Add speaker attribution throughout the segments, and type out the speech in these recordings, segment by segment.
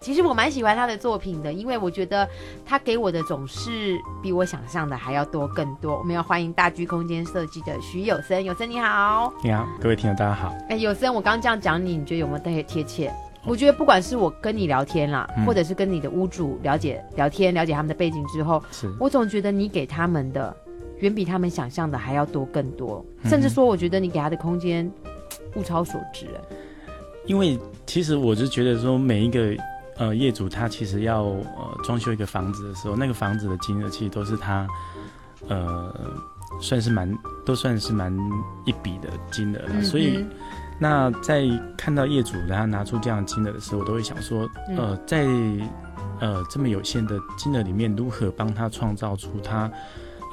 Speaker 1: 其实我蛮喜欢他的作品的，因为我觉得他给我的总是比我想象的还要多更多。我们要欢迎大居空间设计的徐有森，有森你好。
Speaker 2: 你好，各位听众大家好。
Speaker 1: 哎，有森，我刚刚这样讲你，你觉得有没有特贴切？我觉得不管是我跟你聊天啦，
Speaker 2: 嗯
Speaker 1: 或者是跟你的屋主了解聊天，了解他们的背景之后，
Speaker 2: 是
Speaker 1: 我总觉得你给他们的远比他们想象的还要多更多，
Speaker 2: 嗯
Speaker 1: 甚至说我觉得你给他的空间嘖物超所值。哎
Speaker 2: 因为其实我是觉得说每一个呃业主他其实要呃装修一个房子的时候，那个房子的金额其实都是他呃算是蛮都算是蛮一笔的金额了，啊所以
Speaker 1: 嗯哼
Speaker 2: 那在看到业主他拿出这样的金额的时候，我都会想说，
Speaker 1: 嗯
Speaker 2: 呃，在呃这么有限的金额里面，如何帮他创造出他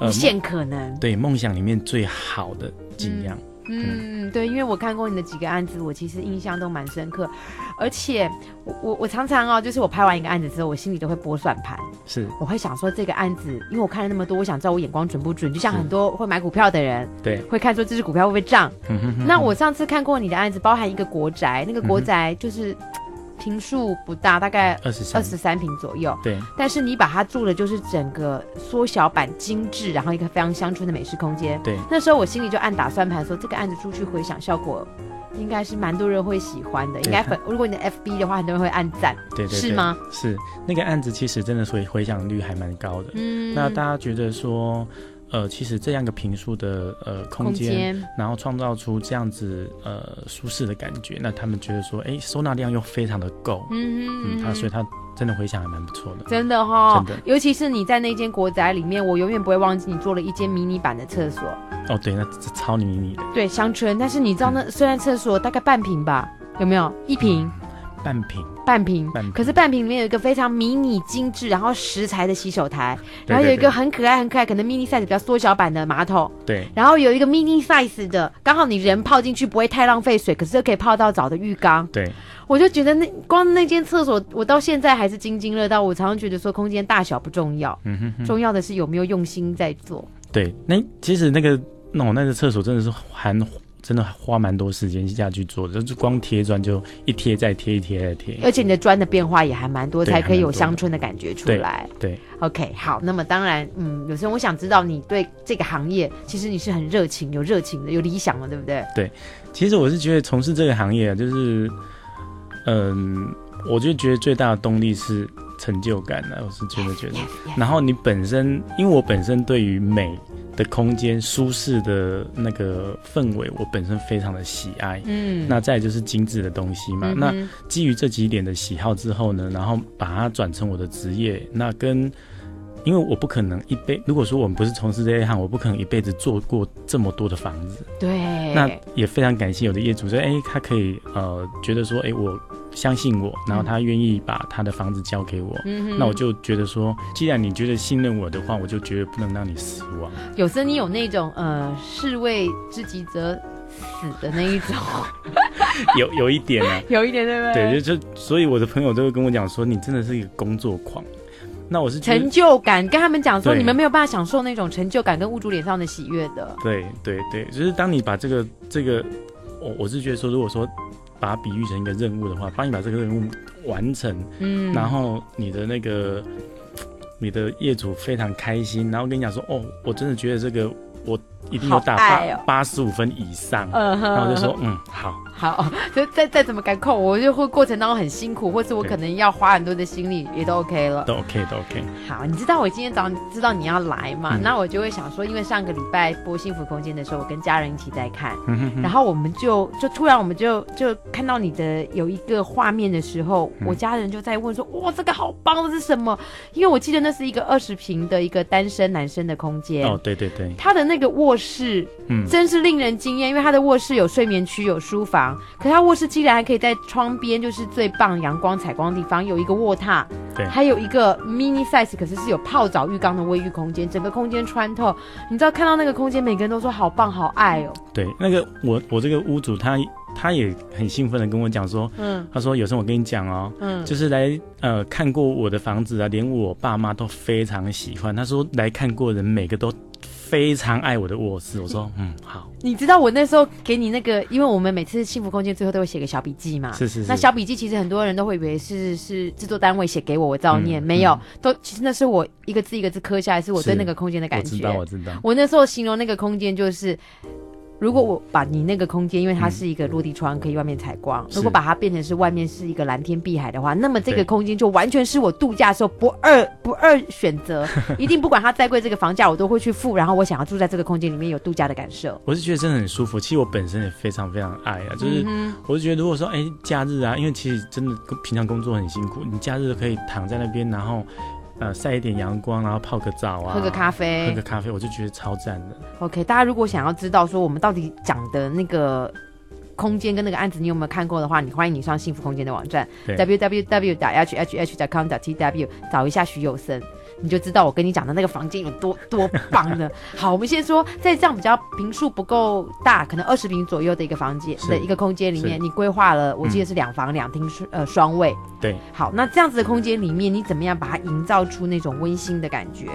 Speaker 1: 无
Speaker 2: 呃梦
Speaker 1: 限可能。
Speaker 2: 对梦想里面最好的景象？
Speaker 1: 嗯，对，因为我看过你的几个案子，我其实印象都蛮深刻，而且我我我常常哦，就是我拍完一个案子之后，我心里都会拨算盘，
Speaker 2: 是
Speaker 1: 我会想说这个案子，因为我看了那么多，我想知道我眼光准不准，就像很多会买股票的人
Speaker 2: 对，
Speaker 1: 会看说这只股票会不会涨。
Speaker 2: 嗯哼哼
Speaker 1: 那我上次看过你的案子，包含一个国宅，那个国
Speaker 2: 嗯哼
Speaker 1: 宅就是嘖平数不大，大概
Speaker 2: 二十三
Speaker 1: 二十三平左右，
Speaker 2: 对。
Speaker 1: 但是你把它做的就是整个缩小版精致，然后一个非常乡村的美式空间。
Speaker 2: 对，
Speaker 1: 那时候我心里就暗打算盘说，这个案子出去回响效果应该是蛮多人会喜欢的，应该粉。如果你的 FB 的话，很多人会按赞。
Speaker 2: 对对对，
Speaker 1: 是吗？
Speaker 2: 是那个案子，其实真的回回响率还蛮高的。
Speaker 1: 嗯
Speaker 2: 那大家觉得说，呃，其实这样一个平数的呃空
Speaker 1: 空
Speaker 2: 间，然后创造出这样子呃舒适的感觉，那他们觉得说，哎，收纳量又非常的够，
Speaker 1: 嗯
Speaker 2: 嗯，他、所以他真的回响还蛮不错的。
Speaker 1: 真的哈、
Speaker 2: 真的
Speaker 1: 尤其是你在那间国宅里面，我永远不会忘记你做了一间迷你版的厕所，
Speaker 2: 哦，对，那这超迷你的
Speaker 1: 对，乡村。但是你知道
Speaker 2: 嗯
Speaker 1: 那、虽然厕所大概半平吧，有没有一平？
Speaker 2: 半瓶，
Speaker 1: 半瓶，
Speaker 2: 嗯半瓶
Speaker 1: 可是半瓶里面有一个非常迷你精致，然后食材的洗手台，
Speaker 2: 对
Speaker 1: 然后有一
Speaker 2: 对
Speaker 1: 个很可爱很可爱，可能 mini size 比较缩小版的马桶，
Speaker 2: 对
Speaker 1: 然后有一个 mini size 的，刚好你人泡进去不会太浪费水，可是又可以泡到澡的浴缸。
Speaker 2: 对，
Speaker 1: 我就觉得那光那间厕所，我到现在还是津津乐道。我常常觉得说空间大小不重要，
Speaker 2: 嗯哼哼，
Speaker 1: 重要的是有没有用心在做。
Speaker 2: 对。那其实那个那我那个厕所真的是含。真的花蛮多时间下去做的，就是光贴砖就一贴再贴，一贴再贴。
Speaker 1: 而且你的砖的变化也还蛮多，
Speaker 2: 对
Speaker 1: 才可以有
Speaker 2: 还蛮多的
Speaker 1: 乡村的感觉出来。
Speaker 2: 对
Speaker 1: OK，好，那么当然，嗯，有时候我想知道你对这个行业，其实你是很热情、有热情的、有理想的，对不对？
Speaker 2: 其实我是觉得从事这个行业啊，就是，嗯，我就觉得最大的动力是成就感啊，我是真的觉得。然后你本身，因为我本身对于美的空间、舒适的那个氛围，我本身非常的喜爱。
Speaker 1: 嗯，
Speaker 2: 那再来就是精致的东西嘛。
Speaker 1: 嗯哼
Speaker 2: 那基于这几点的喜好之后呢，然后把它转成我的职业，那跟。因为我不可能一辈，如果说我们不是从事这一行，我不可能一辈子做过这么多的房子。
Speaker 1: 对，
Speaker 2: 那也非常感谢有的业主说，哎、他可以呃觉得说，哎、我相信我，然后他愿意把他的房子交给我。
Speaker 1: 嗯哼
Speaker 2: 那我就觉得说，既然你觉得信任我的话，我就绝对不能让你失 望。
Speaker 1: 有时候你有那种呃士为知己者死的那一 种，
Speaker 2: 有有一点啊，
Speaker 1: 有一点对不对？
Speaker 2: 对，就就所以我的朋友都会跟我讲说，你真的是一个工作狂。那我是觉得
Speaker 1: 成就感，跟他们讲说
Speaker 2: 对
Speaker 1: 你们没有办法享受那种成就感跟屋主脸上的喜悦的。
Speaker 2: 对对对，就是当你把这个这个，我我是觉得说，如果说把它比喻成一个任务的话，帮你把这个任务完成，
Speaker 1: 嗯，
Speaker 2: 然后你的那个你的业主非常开心，然后跟你讲说，哦，我真的觉得这个我一定要打
Speaker 1: 好爱
Speaker 2: 八
Speaker 1: 哦
Speaker 2: 八十五分以上，
Speaker 1: 呃，
Speaker 2: 然后我就说，嗯，好，
Speaker 1: 好，就 再再怎么敢扣，我就会过程当中很辛苦，或是我
Speaker 2: 对
Speaker 1: 可能要花很多的心力，也都 OK 了。
Speaker 2: 都 OK，都 OK，
Speaker 1: 好，你知道我今天早上知道你要来嘛？
Speaker 2: 嗯
Speaker 1: 那我就会想说，因为上个礼拜播《幸福空间》的时候，我跟家人一起在看，
Speaker 2: 嗯哼哼
Speaker 1: 然后我们就就突然我们就就看到你的有一个画面的时候，
Speaker 2: 嗯
Speaker 1: 我家人就在问说：“哇，这个好棒，这是什么？”因为我记得那是一个二十平的一个单身男生的空间，
Speaker 2: 哦，对对对，
Speaker 1: 他的那个卧室
Speaker 2: 嗯，
Speaker 1: 真是令人惊艳，因为他的卧室有睡眠区，有书房，可他卧室竟然还可以在窗边，就是最棒阳光采光的地方，有一个卧榻，
Speaker 2: 对
Speaker 1: 还有一个 mini size，可是是有泡澡浴缸的卫浴空间，整个空间穿透，你知道看到那个空间，每个人都说好棒，好爱哦，
Speaker 2: 对，那个我我这个屋主他他也很兴奋的跟我讲说，
Speaker 1: 嗯
Speaker 2: 他说有时候我跟你讲哦，
Speaker 1: 嗯，
Speaker 2: 就是来呃看过我的房子啊，连我爸妈都非常喜欢。他说来看过的人每个都非常爱我的卧室。我说嗯好，
Speaker 1: 你知道我那时候给你那个，因为我们每次幸福空间最后都会写个小笔记嘛。
Speaker 2: 是是是
Speaker 1: 啊那小笔记其实很多人都会以为是是制作单位写给我，我照念，
Speaker 2: 嗯
Speaker 1: 没有
Speaker 2: 嗯，
Speaker 1: 都其实那是我一个字一个字刻下来，是我对
Speaker 2: 是
Speaker 1: 那个空间的
Speaker 2: 我
Speaker 1: 感觉。
Speaker 2: 知道我知道，
Speaker 1: 我那时候形容那个空间就是，如果我把你那个空间，因为它是一个落地窗，可以外面采光，
Speaker 2: 嗯是
Speaker 1: 如果把它变成是外面是一个蓝天碧海的话，那么这个
Speaker 2: 对
Speaker 1: 空间就完全是我度假的时候不二不二选 择，一定不管它再贵，这个房价我都会去付，然后我想要住在这个空间里面有度假的感受。
Speaker 2: 我是觉得真的很舒服。其实我本身也非常非常爱啊，就是。
Speaker 1: 嗯哼
Speaker 2: 我就觉得，如果说，哎、假日啊，因为其实真的平常工作很辛苦，你假日可以躺在那边，然后，呃，晒一点阳光，然后泡个澡啊，
Speaker 1: 喝个咖
Speaker 2: 喝
Speaker 1: 啡
Speaker 2: 个咖啡，我就觉得超赞的。
Speaker 1: ，OK。大家如果想要知道说我们到底讲的那个空间跟那个案子你有没有看过的话，你欢迎你上幸福空间的网站
Speaker 2: 对
Speaker 1: www. h h h. com. t w 找一下徐有生，你就知道我跟你讲的那个房间有多 多棒了。好，我们先说在这样比较平数不够大，可能二十平左右的一个房间
Speaker 2: 是
Speaker 1: 的一个空间里面，
Speaker 2: 是嗯
Speaker 1: 你规划了，我记得是两房两厅是呃双位。
Speaker 2: 对，
Speaker 1: 好，那这样子的空间里面，你怎么样把它营造出那种温馨的感觉？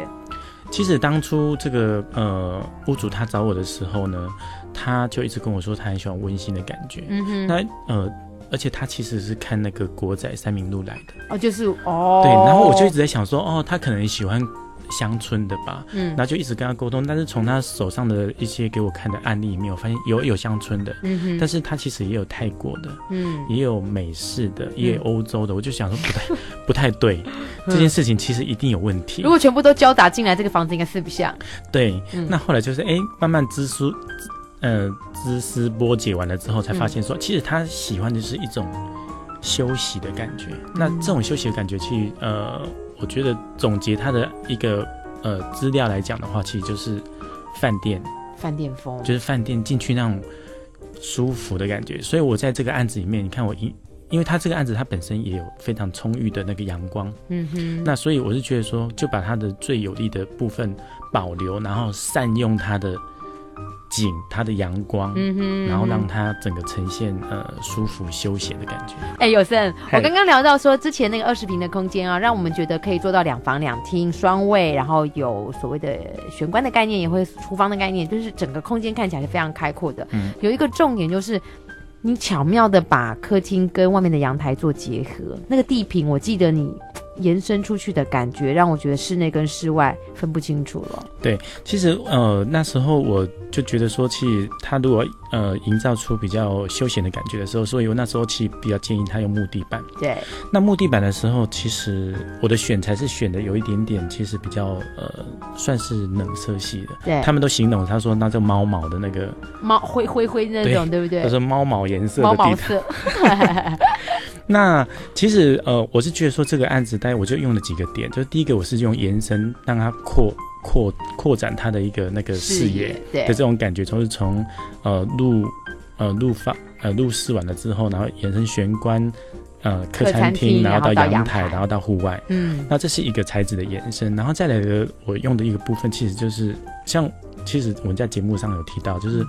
Speaker 2: 其实当初这个呃屋主他找我的时候呢，他就一直跟我说他很喜欢温馨的感觉。
Speaker 1: 嗯哼。
Speaker 2: 那呃，而且他其实是看那个国仔三明路来的，
Speaker 1: 哦，就是哦，
Speaker 2: 对。然后我就一直在想说，哦，他可能喜欢乡村的吧。
Speaker 1: 嗯
Speaker 2: 然后就一直跟他沟通，但是从他手上的一些给我看的案例里面，我发现有有乡村的，
Speaker 1: 嗯哼，
Speaker 2: 但是他其实也有泰国的，
Speaker 1: 嗯
Speaker 2: 也有美式的，也有欧洲的。我就想说不太不太对，这件事情其实一定有问题。
Speaker 1: 嗯如果全部都交打进来，这个房子应该四不像。
Speaker 2: 对，
Speaker 1: 嗯
Speaker 2: 那后来就是哎、诶慢慢知书，呃，知识波解完了之后，才
Speaker 1: 嗯
Speaker 2: 发现说，其实他喜欢的是一种休息的感觉。那这种休息的感觉，其实呃，我觉得总结他的一个呃资料来讲的话，其实就是饭店，
Speaker 1: 饭店风，
Speaker 2: 就是饭店进去那种舒服的感觉。所以我在这个案子里面，你看我一。因为他这个案子，它本身也有非常充裕的那个阳光，
Speaker 1: 嗯哼，
Speaker 2: 那所以我是觉得说，就把它的最有利的部分保留，然后善用它的景、它的阳光，
Speaker 1: 嗯哼，
Speaker 2: 然后让它整个呈现呃舒服休闲的感觉。
Speaker 1: 哎，有森，
Speaker 2: 嗨
Speaker 1: 我刚刚聊到说之前那个二十平的空间啊，让我们觉得可以做到两房两厅双卫，然后有所谓的玄关的概念，也会厨房的概念，就是整个空间看起来是非常开阔的。
Speaker 2: 嗯
Speaker 1: 有一个重点就是。你巧妙的把客厅跟外面的阳台做结合，那个地坪，我记得你延伸出去的感觉，让我觉得室内跟室外分不清楚了。
Speaker 2: 其实呃那时候我就觉得说，其实它如果呃营造出比较休闲的感觉的时候，所以我那时候其实比较建议它用木地板。
Speaker 1: 对，
Speaker 2: 那木地板的时候，其实我的选材是选的有一点点，其实比较呃算是冷色系的。
Speaker 1: 对
Speaker 2: 他们都形容他说那叫猫毛的那个，
Speaker 1: 猫灰灰灰那种，对不
Speaker 2: 他
Speaker 1: 对？
Speaker 2: 说猫毛颜色的
Speaker 1: 猫
Speaker 2: 地
Speaker 1: 毛
Speaker 2: 板。
Speaker 1: 色，
Speaker 2: 那其实呃，我是觉得说这个案子，大概我就用了几个点，就是第一个我是用延伸让它扩扩扩展它的一个那个视野
Speaker 1: 对
Speaker 2: 的这种感觉，就是从呃入呃入法呃入室完了之后，然后延伸玄关呃客
Speaker 1: 客餐
Speaker 2: 餐
Speaker 1: 厅
Speaker 2: 厅，然后
Speaker 1: 然后到
Speaker 2: 到
Speaker 1: 阳
Speaker 2: 阳台
Speaker 1: 台，
Speaker 2: 然后到户外。
Speaker 1: 嗯
Speaker 2: 那这是一个材质的延伸，然后再来的我用的一个部分，其实就是像其实我们在节目上有提到，就是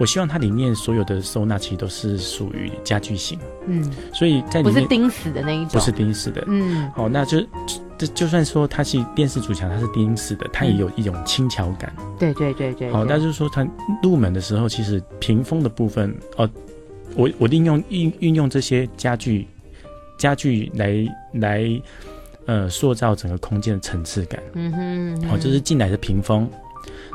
Speaker 2: 我希望它里面所有的收纳其实都是属于家居型，
Speaker 1: 嗯，
Speaker 2: 所以在
Speaker 1: 不
Speaker 2: 里
Speaker 1: 是
Speaker 2: 面
Speaker 1: 钉死的那一种，
Speaker 2: 不是钉死的。
Speaker 1: 嗯
Speaker 2: 哦，那就这就算说它是电视主墙，它是钉死的，它也有一种轻巧感。，
Speaker 1: 对对对对。对
Speaker 2: 好、哦那就是说它入门的时候，其实屏风的部分哦，我我利用运运用这些家具家具来来呃塑造整个空间的层次感。
Speaker 1: 嗯哼，
Speaker 2: 哦，就是进来的屏风，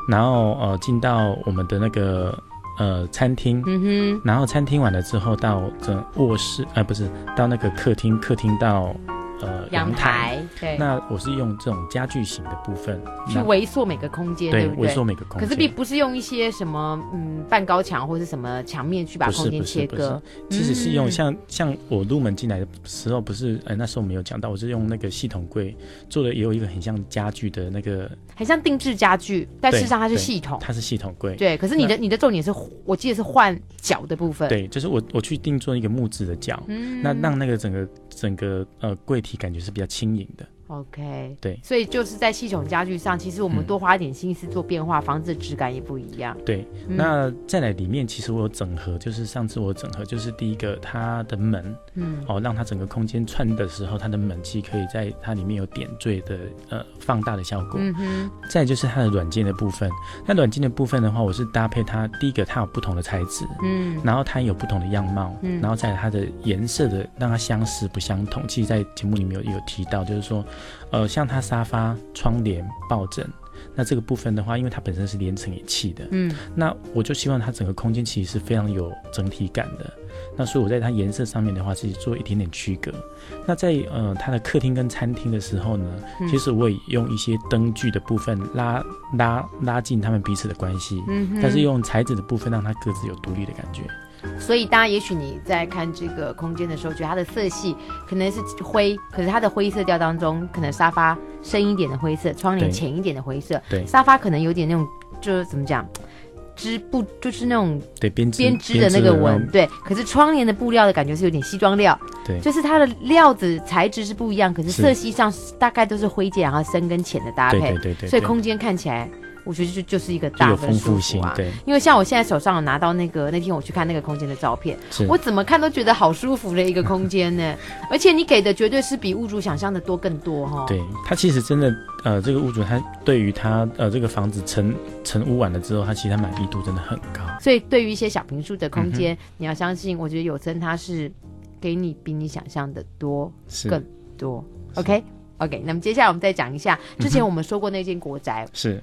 Speaker 2: 然后呃进到我们的那个呃餐厅，
Speaker 1: 嗯哼，
Speaker 2: 然后餐厅完了之后到这卧室，呃不是到那个客厅，客厅到呃
Speaker 1: 阳
Speaker 2: 台。
Speaker 1: 台，对，
Speaker 2: 那我是用这种家具型的部分，
Speaker 1: 去
Speaker 2: 那
Speaker 1: 围缩每个空间，
Speaker 2: 对
Speaker 1: 不
Speaker 2: 微缩
Speaker 1: 对？
Speaker 2: 每个
Speaker 1: 可
Speaker 2: 空间。
Speaker 1: 是并不是用一些什么嗯半高墙或是什么墙面去把
Speaker 2: 不是
Speaker 1: 空间
Speaker 2: 不是
Speaker 1: 切
Speaker 2: 不
Speaker 1: 割，
Speaker 2: 其实是用
Speaker 1: 嗯
Speaker 2: 像像我入门进来的时候，不是呃那时候没有讲到，我是用那个系统柜做的，也有一个很像家具的那个，
Speaker 1: 很像定制家具，但事
Speaker 2: 对
Speaker 1: 实上它是
Speaker 2: 对
Speaker 1: 系统。
Speaker 2: 它是系统柜。
Speaker 1: 对，可是你的你的重点是，我记得是换脚的部分。，
Speaker 2: 对，就是我我去定做一个木质的脚，
Speaker 1: 嗯
Speaker 2: 那让那个整个整个呃柜体感觉是比较轻盈的。
Speaker 1: OK，
Speaker 2: 对
Speaker 1: 所以就是在系统家具上，其实我们
Speaker 2: 嗯
Speaker 1: 多花一点心思做变化，房子的质感也不一样。
Speaker 2: 对，
Speaker 1: 嗯
Speaker 2: 那再来里面其实我有整合，就是上次我整合就是第一个它的门
Speaker 1: 嗯，
Speaker 2: 哦，让它整个空间串的时候，它的门其实可以在它里面有点缀的呃放大的效果。
Speaker 1: 嗯哼，
Speaker 2: 再来就是它的软件的部分。那软件的部分的话，我是搭配它，第一个它有不同的材质，
Speaker 1: 嗯，
Speaker 2: 然后它有不同的样貌，
Speaker 1: 嗯
Speaker 2: 然后再来它的颜色的让它相似不相同。其实，在节目里面有有提到，就是说，呃，像它沙发、窗帘、抱枕。那这个部分的话，因为它本身是连成一气的，
Speaker 1: 嗯，
Speaker 2: 那我就希望它整个空间其实是非常有整体感的。那所以我在它颜色上面的话，是做一点点区隔。那在呃它的客厅跟餐厅的时候呢，
Speaker 1: 嗯
Speaker 2: 其实我也用一些灯具的部分拉拉拉近他们彼此的关系。
Speaker 1: 嗯哼
Speaker 2: 但是用材质的部分让它各自有独立的感觉，
Speaker 1: 所以大家也许你在看这个空间的时候，觉得它的色系可能是灰，可是它的灰色调当中，可能沙发深一点的灰色，窗帘
Speaker 2: 对
Speaker 1: 浅一点的灰色，
Speaker 2: 对
Speaker 1: 沙发可能有点那种，就是怎么讲，织布就是那种
Speaker 2: 对编织
Speaker 1: 编织的那个
Speaker 2: 那
Speaker 1: 纹
Speaker 2: 种，
Speaker 1: 对。可是窗帘的布料的感觉是有点西装料，
Speaker 2: 对
Speaker 1: 就是它的料子材质是不一样，可是
Speaker 2: 是
Speaker 1: 色系上大概都是灰阶，然后深跟浅的搭配，
Speaker 2: 对对对对，
Speaker 1: 所以
Speaker 2: 对
Speaker 1: 空间看起来，我觉得就就是一个
Speaker 2: 就
Speaker 1: 大
Speaker 2: 有
Speaker 1: 的
Speaker 2: 丰富性
Speaker 1: 舒服啊，。
Speaker 2: 对，
Speaker 1: 因为像我现在手上有拿到那个那天我去看那个空间的照片，
Speaker 2: 是
Speaker 1: 我怎么看都觉得好舒服的一个空间 呢，而且你给的绝对是比屋主想象的多更多哈、哦。，
Speaker 2: 对他其实真的，呃，这个屋主他对于他呃这个房子成成屋完了之后，他其实他满意度真的很高。
Speaker 1: 所以对于一些小平数的空间，
Speaker 2: 嗯
Speaker 1: 你要相信，我觉得有森他是给你比你想象的多
Speaker 2: 是
Speaker 1: 更多。OK OK，那么接下来我们再讲一下之
Speaker 2: 嗯
Speaker 1: 前我们说过那间国宅，
Speaker 2: 是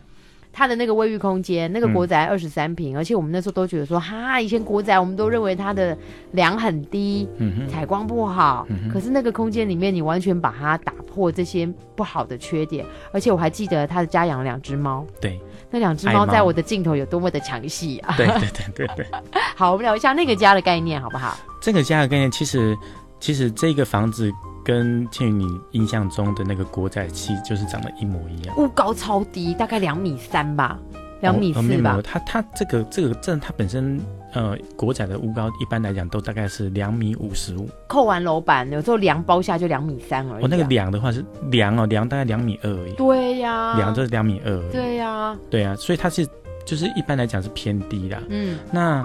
Speaker 1: 它的那个卫浴空间，那个
Speaker 2: 嗯
Speaker 1: 国宅二十三平，而且我们那时候都觉得说，哈，以前国宅我们都认为它的梁很低，
Speaker 2: 嗯哼
Speaker 1: 采光不好，
Speaker 2: 嗯哼
Speaker 1: 可是那个空间里面，你完全把它打破这些不好的缺点，而且我还记得他的家养了两只猫，
Speaker 2: 对
Speaker 1: 那两只
Speaker 2: 爱
Speaker 1: 猫
Speaker 2: 猫
Speaker 1: 在我的镜头有多么的抢戏 啊！
Speaker 2: 对对对对对，
Speaker 1: 好，我们聊一下那个家的概念好不好？
Speaker 2: 这个家的概念其实其实这个房子跟倩宇你印象中的那个国仔其实就是长得一模一样。
Speaker 1: 屋高超低，大概两米三吧，两米
Speaker 2: 哦没
Speaker 1: 四
Speaker 2: 有没
Speaker 1: 吧
Speaker 2: 有，它它这个这个这它本身呃国仔的屋高一般来讲都大概是两米五十五，
Speaker 1: 扣完楼板，有时候量包下就两米三而已、啊。
Speaker 2: 我、哦那个量的话是量哦量大概两米二而已，
Speaker 1: 对呀、
Speaker 2: 量就是两米二而已。
Speaker 1: 对呀、
Speaker 2: 对啊，所以它是就是一般来讲是偏低的啊。
Speaker 1: 嗯，
Speaker 2: 那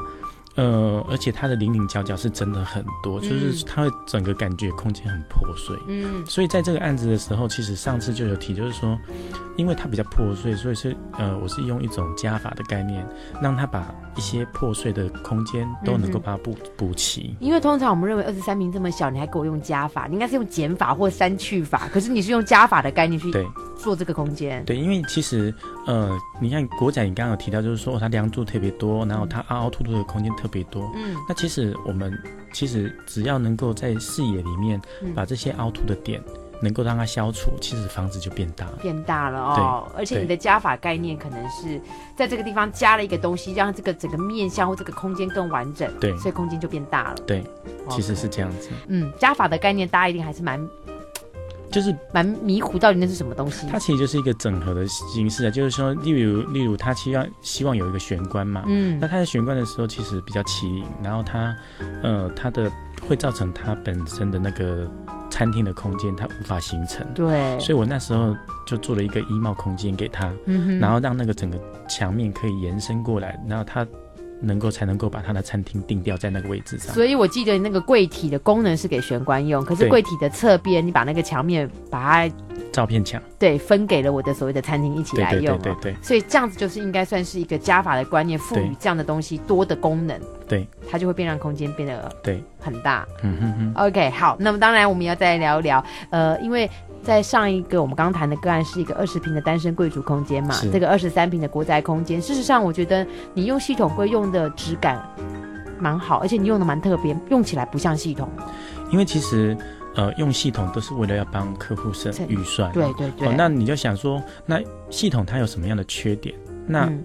Speaker 2: 呃，而且它的零零角角是真的很多，就
Speaker 1: 嗯
Speaker 2: 是它会整个感觉空间很破碎。
Speaker 1: 嗯
Speaker 2: 所以在这个案子的时候，其实上次就有提，就是说，因为它比较破碎，所以是呃，我是用一种加法的概念，让它把一些破碎的空间都能够
Speaker 1: 嗯哼
Speaker 2: 把它补补齐。
Speaker 1: 因为通常我们认为二十三平这么小，你还给我用加法，你应该是用减法或删去法，可是你是用加法的概念去
Speaker 2: 对
Speaker 1: 做这个空间。
Speaker 2: 对，因为其实呃，你看国仔，你刚刚有提到，就是说、哦它梁柱特别多，然后它凹凹凸凸的空间特别多。
Speaker 1: 嗯
Speaker 2: 那其实我们其实只要能够在视野里面
Speaker 1: 嗯
Speaker 2: 把这些凹凸的点能够让它消除，其实房子就变大了。
Speaker 1: 变大了哦，而且你的加法概念可能是在这个地方加了一个东西，让这个整个面向或这个空间更完整，
Speaker 2: 对
Speaker 1: 所以空间就变大了。
Speaker 2: 对，其实
Speaker 1: OK
Speaker 2: 是这样子，
Speaker 1: 嗯，加法的概念大家一定还是蛮
Speaker 2: 就是
Speaker 1: 蛮迷糊，到底那是什么东西？
Speaker 2: 它其实就是一个整合的形式啊，就是说，例如例如他希望希望有一个玄关嘛，
Speaker 1: 嗯
Speaker 2: 那他在玄关的时候其实比较奇异，然后它呃它的会造成它本身的那个餐厅的空间它无法形
Speaker 1: 哦
Speaker 2: 成，
Speaker 1: 对，
Speaker 2: 所以我那时候就做了一个衣帽空间给他，
Speaker 1: 嗯哼
Speaker 2: 然后让那个整个墙面可以延伸过来，然后它能够才能够把它的餐厅定掉在那个位置上。
Speaker 1: 所以我记得那个柜体的功能是给玄关用，可是
Speaker 2: 对
Speaker 1: 柜体的侧边，你把那个墙面把它
Speaker 2: 照片墙，
Speaker 1: 对分给了我的所谓的餐厅一起
Speaker 2: 对
Speaker 1: 来
Speaker 2: 对
Speaker 1: 用、
Speaker 2: 对
Speaker 1: 哦。
Speaker 2: 对对
Speaker 1: 所以这样子就是应该算是一个加法的观念，赋予
Speaker 2: 对
Speaker 1: 这样的东西多的功能，
Speaker 2: 对，
Speaker 1: 它就会变让空间变得
Speaker 2: 对，
Speaker 1: 很大。
Speaker 2: 嗯哼哼，
Speaker 1: OK，好，那么当然我们要再聊一聊，呃，因为在上一个我们刚刚谈的个案是一个二十平的单身贵族空间嘛，
Speaker 2: 是
Speaker 1: 这个二十三平的国宅空间，事实上我觉得你用系统柜用的质感蛮好，而且你用的蛮特别，用起来不像系统。
Speaker 2: 因为其实呃用系统都是为了要帮客户省
Speaker 1: 省
Speaker 2: 预算，
Speaker 1: 对对对，
Speaker 2: 哦，那你就想说，那系统它有什么样的缺点？那、
Speaker 1: 嗯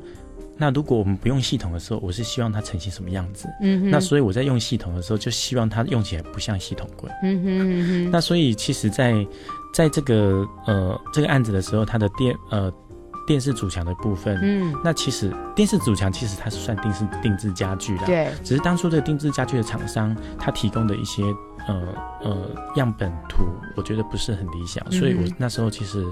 Speaker 2: 那如果我们不用系统的时候，我是希望它呈现什么样子？
Speaker 1: 嗯哼，
Speaker 2: 那所以我在用系统的时候，就希望它用起来不像系统柜。
Speaker 1: 嗯哼嗯哼，
Speaker 2: 那所以其实在，在这个呃这个案子的时候，它的电呃电视主墙的部分，
Speaker 1: 嗯
Speaker 2: 那其实电视主墙其实它是算定制定制家具啦。。
Speaker 1: 对，
Speaker 2: 只是当初这个定制家具的厂商，他提供的一些呃呃样本图，我觉得不是很理想，所以我
Speaker 1: 嗯哼
Speaker 2: 那时候其实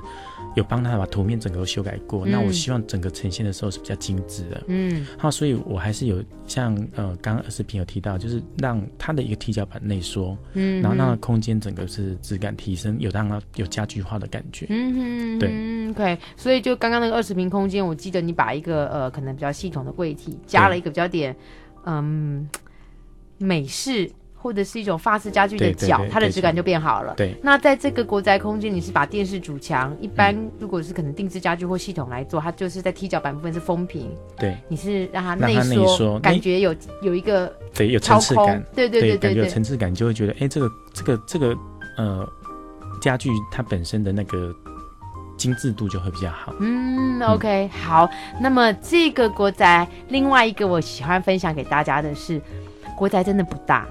Speaker 2: 有帮他把图面整个都修改过。那我
Speaker 1: 嗯
Speaker 2: 希望整个呈现的时候是比较精致的。
Speaker 1: 嗯
Speaker 2: 好，所以我还是有像呃，刚刚二十平有提到，就是让它的一个踢脚板内缩，
Speaker 1: 嗯，
Speaker 2: 然后让它
Speaker 1: 那
Speaker 2: 空间整个是质感提升，有让它有家具化的感觉。
Speaker 1: 嗯哼，
Speaker 2: 对
Speaker 1: 嗯，OK，所以就刚刚那个二十平空间，我记得你把一个呃可能比较系统的柜体加了一个比较点，嗯，美式或者是一种法式家具的
Speaker 2: 对对
Speaker 1: 角
Speaker 2: 对，
Speaker 1: 它的
Speaker 2: 对
Speaker 1: 质感就变好了。
Speaker 2: 对，
Speaker 1: 那在这个国宅空间，你是把电视主墙，一般
Speaker 2: 嗯
Speaker 1: 如果是可能定制家具或系统来做，它就是在踢脚板部分是封平，
Speaker 2: 对
Speaker 1: 你是让它
Speaker 2: 让
Speaker 1: 内
Speaker 2: 它内缩
Speaker 1: 缩，感
Speaker 2: 内
Speaker 1: 觉有有一个
Speaker 2: 对，有层
Speaker 1: 超
Speaker 2: 次
Speaker 1: 空
Speaker 2: 感，，
Speaker 1: 对对对
Speaker 2: 感
Speaker 1: 对
Speaker 2: 觉有
Speaker 1: 对，
Speaker 2: 层次感，就会觉得，哎，这个这个这个呃家具它本身的那个精致度就会比较好。
Speaker 1: 嗯，OK，好。那么这个国宅，另外一个我喜欢分享给大家的是，国宅真的不大，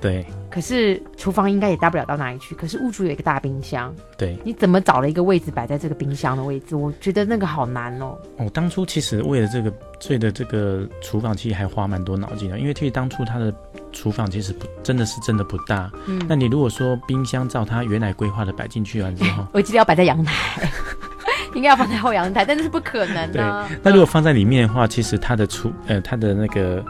Speaker 2: 对
Speaker 1: 可是厨房应该也大不了到哪里去。可是屋主有一个大冰箱，
Speaker 2: 对，
Speaker 1: 你怎么找了一个位置摆在这个冰箱的位置？我觉得那个好难哦。
Speaker 2: 我、当初其实为了这个为了这个厨房，其实还花蛮多脑筋的，因为其实当初它的厨房其实不真的是真的不大，
Speaker 1: 嗯，
Speaker 2: 那你如果说冰箱照它原来规划的摆进去完之
Speaker 1: ，
Speaker 2: 后
Speaker 1: 我记得要摆在阳台， 应该要放在后阳台，但是不可能啊。
Speaker 2: 那如果放在里面的话，其实它的厨呃它的那个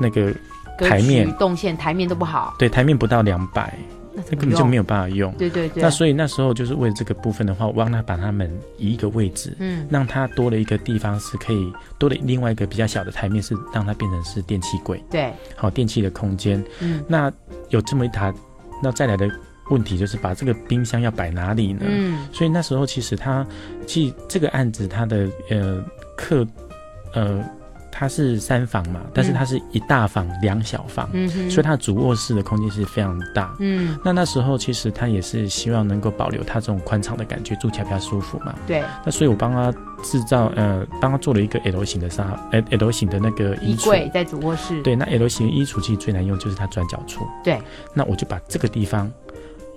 Speaker 2: 那个
Speaker 1: 格
Speaker 2: 台
Speaker 1: 局
Speaker 2: 面
Speaker 1: 动线、台面都不好，
Speaker 2: 对台面不到两百，
Speaker 1: 那
Speaker 2: 那
Speaker 1: 怎
Speaker 2: 根
Speaker 1: 么
Speaker 2: 本就
Speaker 1: 用？
Speaker 2: 没有办法用。
Speaker 1: 对对对
Speaker 2: 那，所以那时候就是为了这个部分的话，我让他把它们移一个位置，
Speaker 1: 嗯
Speaker 2: 让它多了一个地方是可以多了另外一个比较小的台面，是让它变成是电器柜，
Speaker 1: 对，
Speaker 2: 好电器的空间。
Speaker 1: 嗯
Speaker 2: 那有这么一台，那再来的问题就是把这个冰箱要摆哪里呢？
Speaker 1: 嗯
Speaker 2: 所以那时候其实他，其实这个案子他的呃客呃他是三房嘛，但是他是一大房两小房，
Speaker 1: 嗯哼，
Speaker 2: 所以他的主卧室的空间是非常大。
Speaker 1: 嗯
Speaker 2: 那那时候其实他也是希望能够保留他这种宽敞的感觉，住起来比较舒服嘛。
Speaker 1: 对
Speaker 2: 那所以我帮他制造呃帮他做了一个 L 型的沙呃 L 型的那个衣
Speaker 1: 衣
Speaker 2: 橱。
Speaker 1: 柜在主卧室，
Speaker 2: 对，那 L 型衣橱其实最难用就是它转角处。
Speaker 1: 对，
Speaker 2: 那我就把这个地方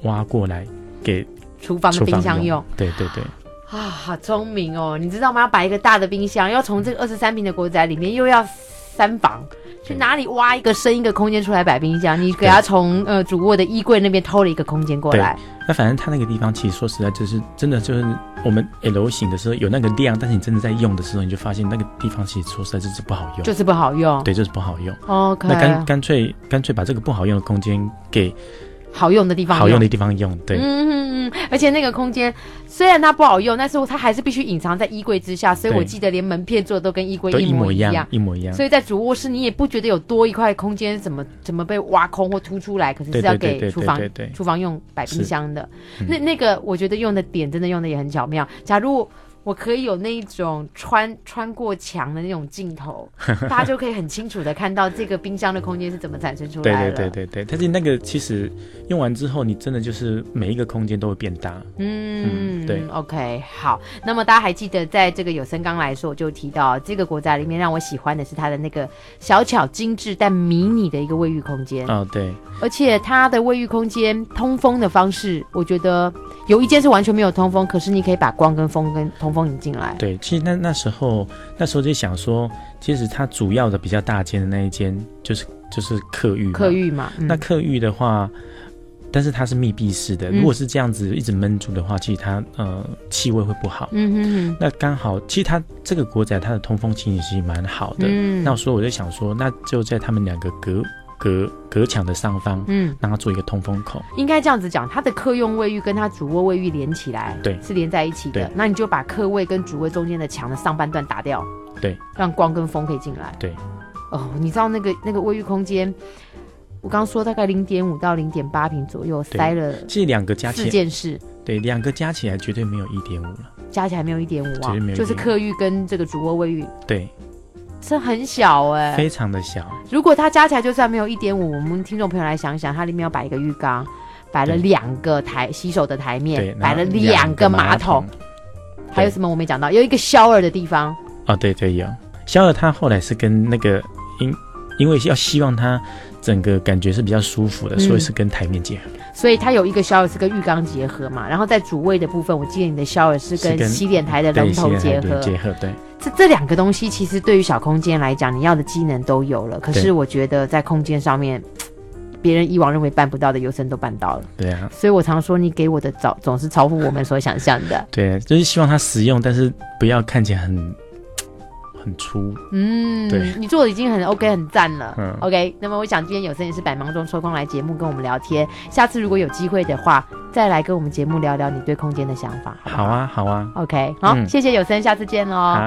Speaker 2: 挖过来给
Speaker 1: 厨房的
Speaker 2: 厨
Speaker 1: 冰
Speaker 2: 房
Speaker 1: 箱用。。
Speaker 2: 对对对。
Speaker 1: 啊，好聪明哦！你知道吗？要摆一个大的冰箱，要从这个二十三平的国宅里面，又要三房，去哪里挖一个深一个空间出来摆冰箱？你给他从呃主卧的衣柜那边偷了一个空间过来，
Speaker 2: 那反正它那个地方，其实说实在，就是真的就是我们 L 型的时候有那个量，但是你真的在用的时候，你就发现那个地方其实说实在就是不好用，
Speaker 1: 就是不好用。
Speaker 2: 对，就是不好用。
Speaker 1: OK，
Speaker 2: 那干干脆干脆把这个不好用的空间给
Speaker 1: 好用的地方
Speaker 2: 好用的地方用，对、
Speaker 1: 嗯嗯嗯，而且那个空间虽然它不好用，但是它还是必须隐藏在衣柜之下，所以
Speaker 2: 对
Speaker 1: 我记得连门片做的都跟衣柜
Speaker 2: 都
Speaker 1: 一
Speaker 2: 一模
Speaker 1: 一
Speaker 2: 一样，一模一样。
Speaker 1: 所以在主卧室，你也不觉得有多一块空间怎么怎么被挖空或凸出来，可是是
Speaker 2: 对
Speaker 1: 要
Speaker 2: 对对
Speaker 1: 给
Speaker 2: 对
Speaker 1: 厨
Speaker 2: 对
Speaker 1: 房
Speaker 2: 对对，
Speaker 1: 厨房用摆冰
Speaker 2: 是
Speaker 1: 箱的。
Speaker 2: 嗯
Speaker 1: 那那个我觉得用的点真的用的也很巧妙。假如我可以有那一种穿穿过墙的那种镜 头，大家就可以很清楚的看到这个冰箱的空间是怎么产生出
Speaker 2: 对
Speaker 1: 来
Speaker 2: 对
Speaker 1: 的。
Speaker 2: 对对对。但是那个其实用完之后，你真的就是每一个空间都会变大，
Speaker 1: 嗯，
Speaker 2: 嗯对
Speaker 1: ，OK，好。那么大家还记得，在这个有森刚来说，我就提到这个国家里面让我喜欢的是它的那个小巧精致但迷你的一个卫浴空间。
Speaker 2: 哦，对
Speaker 1: 而且它的卫浴空间通风的方式，我觉得有一间是完全没有通风，可是你可以把光跟风跟通风引进来。
Speaker 2: 对。其实那那时候那时候就想说，其实它主要的比较大间的那一间就是就是客浴嘛，
Speaker 1: 客浴嘛，嗯
Speaker 2: 那客浴的话，但是它是密闭式的，
Speaker 1: 嗯
Speaker 2: 如果是这样子一直闷住的话，其实它呃气味会不好。
Speaker 1: 嗯哼哼，
Speaker 2: 那刚好，其实它这个国宅它的通风情形是蛮好的。
Speaker 1: 嗯
Speaker 2: 那所以我就想说，那就在他们两个隔隔隔墙的上方，
Speaker 1: 嗯，
Speaker 2: 让它做一个通风口。
Speaker 1: 应该这样子讲，它的客用卫浴跟它主卧卫浴连起来，
Speaker 2: 对
Speaker 1: 是连在一起的
Speaker 2: 对。
Speaker 1: 那你就把客卫跟主卫中间的墙的上半段打掉，
Speaker 2: 对，
Speaker 1: 让光跟风可以进来。
Speaker 2: 对，
Speaker 1: 哦，你知道那个那个卫浴空间，我刚说大概零点五到零点八平左右，
Speaker 2: 对
Speaker 1: 塞了
Speaker 2: 其实两个加
Speaker 1: 四
Speaker 2: 起来，
Speaker 1: 件事。
Speaker 2: 对，两个加起来绝对没有一点五了。
Speaker 1: 加起来没有一点五
Speaker 2: 其
Speaker 1: 啊
Speaker 2: 实没，有
Speaker 1: 就是
Speaker 2: 1.5
Speaker 1: 客浴跟这个主卧卫浴，
Speaker 2: 对，
Speaker 1: 这很小
Speaker 2: 呃
Speaker 1: 哎、
Speaker 2: 非常的小。
Speaker 1: 如果它加起来就算没有一点五，我们听众朋友来想一想，它里面要摆一个浴缸，摆了
Speaker 2: 对
Speaker 1: 两个台洗手的台
Speaker 2: 对
Speaker 1: 面，，摆
Speaker 2: 然后
Speaker 1: 了
Speaker 2: 两
Speaker 1: 个
Speaker 2: 马
Speaker 1: 桶，还有
Speaker 2: 对
Speaker 1: 什么我没讲到？有一个 shower 的地方，
Speaker 2: 哦，对对有。肖尔他后来是跟那个因因为要希望他整个感觉是比较舒服的，
Speaker 1: 嗯
Speaker 2: 所以是跟台面结合。
Speaker 1: 所以它有一个 shower 是跟浴缸结合嘛。然后在主位的部分，我记得你的 shower 是
Speaker 2: 嗯是
Speaker 1: 跟
Speaker 2: 跟
Speaker 1: 洗脸台的
Speaker 2: 对，
Speaker 1: 龙头
Speaker 2: 现在
Speaker 1: 结
Speaker 2: 还对
Speaker 1: 合。
Speaker 2: 结合对，
Speaker 1: 这这两个东西其实对于小空间来讲，你要的机能都有了。可是
Speaker 2: 对
Speaker 1: 我觉得在空间上面，别人以往认为办不到的，优生都办到了。
Speaker 2: 对啊，
Speaker 1: 所以我常说，你给我的早总是超乎我们所想象的。
Speaker 2: 对，啊就是希望它实用，但是不要看起来很很粗。
Speaker 1: 嗯，
Speaker 2: 对
Speaker 1: 你做的已经很 OK 很赞了。
Speaker 2: 嗯
Speaker 1: OK，那么我想今天有森也是百忙中抽空来节目跟我们聊天，下次如果有机会的话，再来跟我们节目聊聊你对空间的想法。
Speaker 2: 好啊，好啊，啊
Speaker 1: ，OK，好，
Speaker 2: 嗯
Speaker 1: 谢谢有森，下次见喽。
Speaker 2: 好。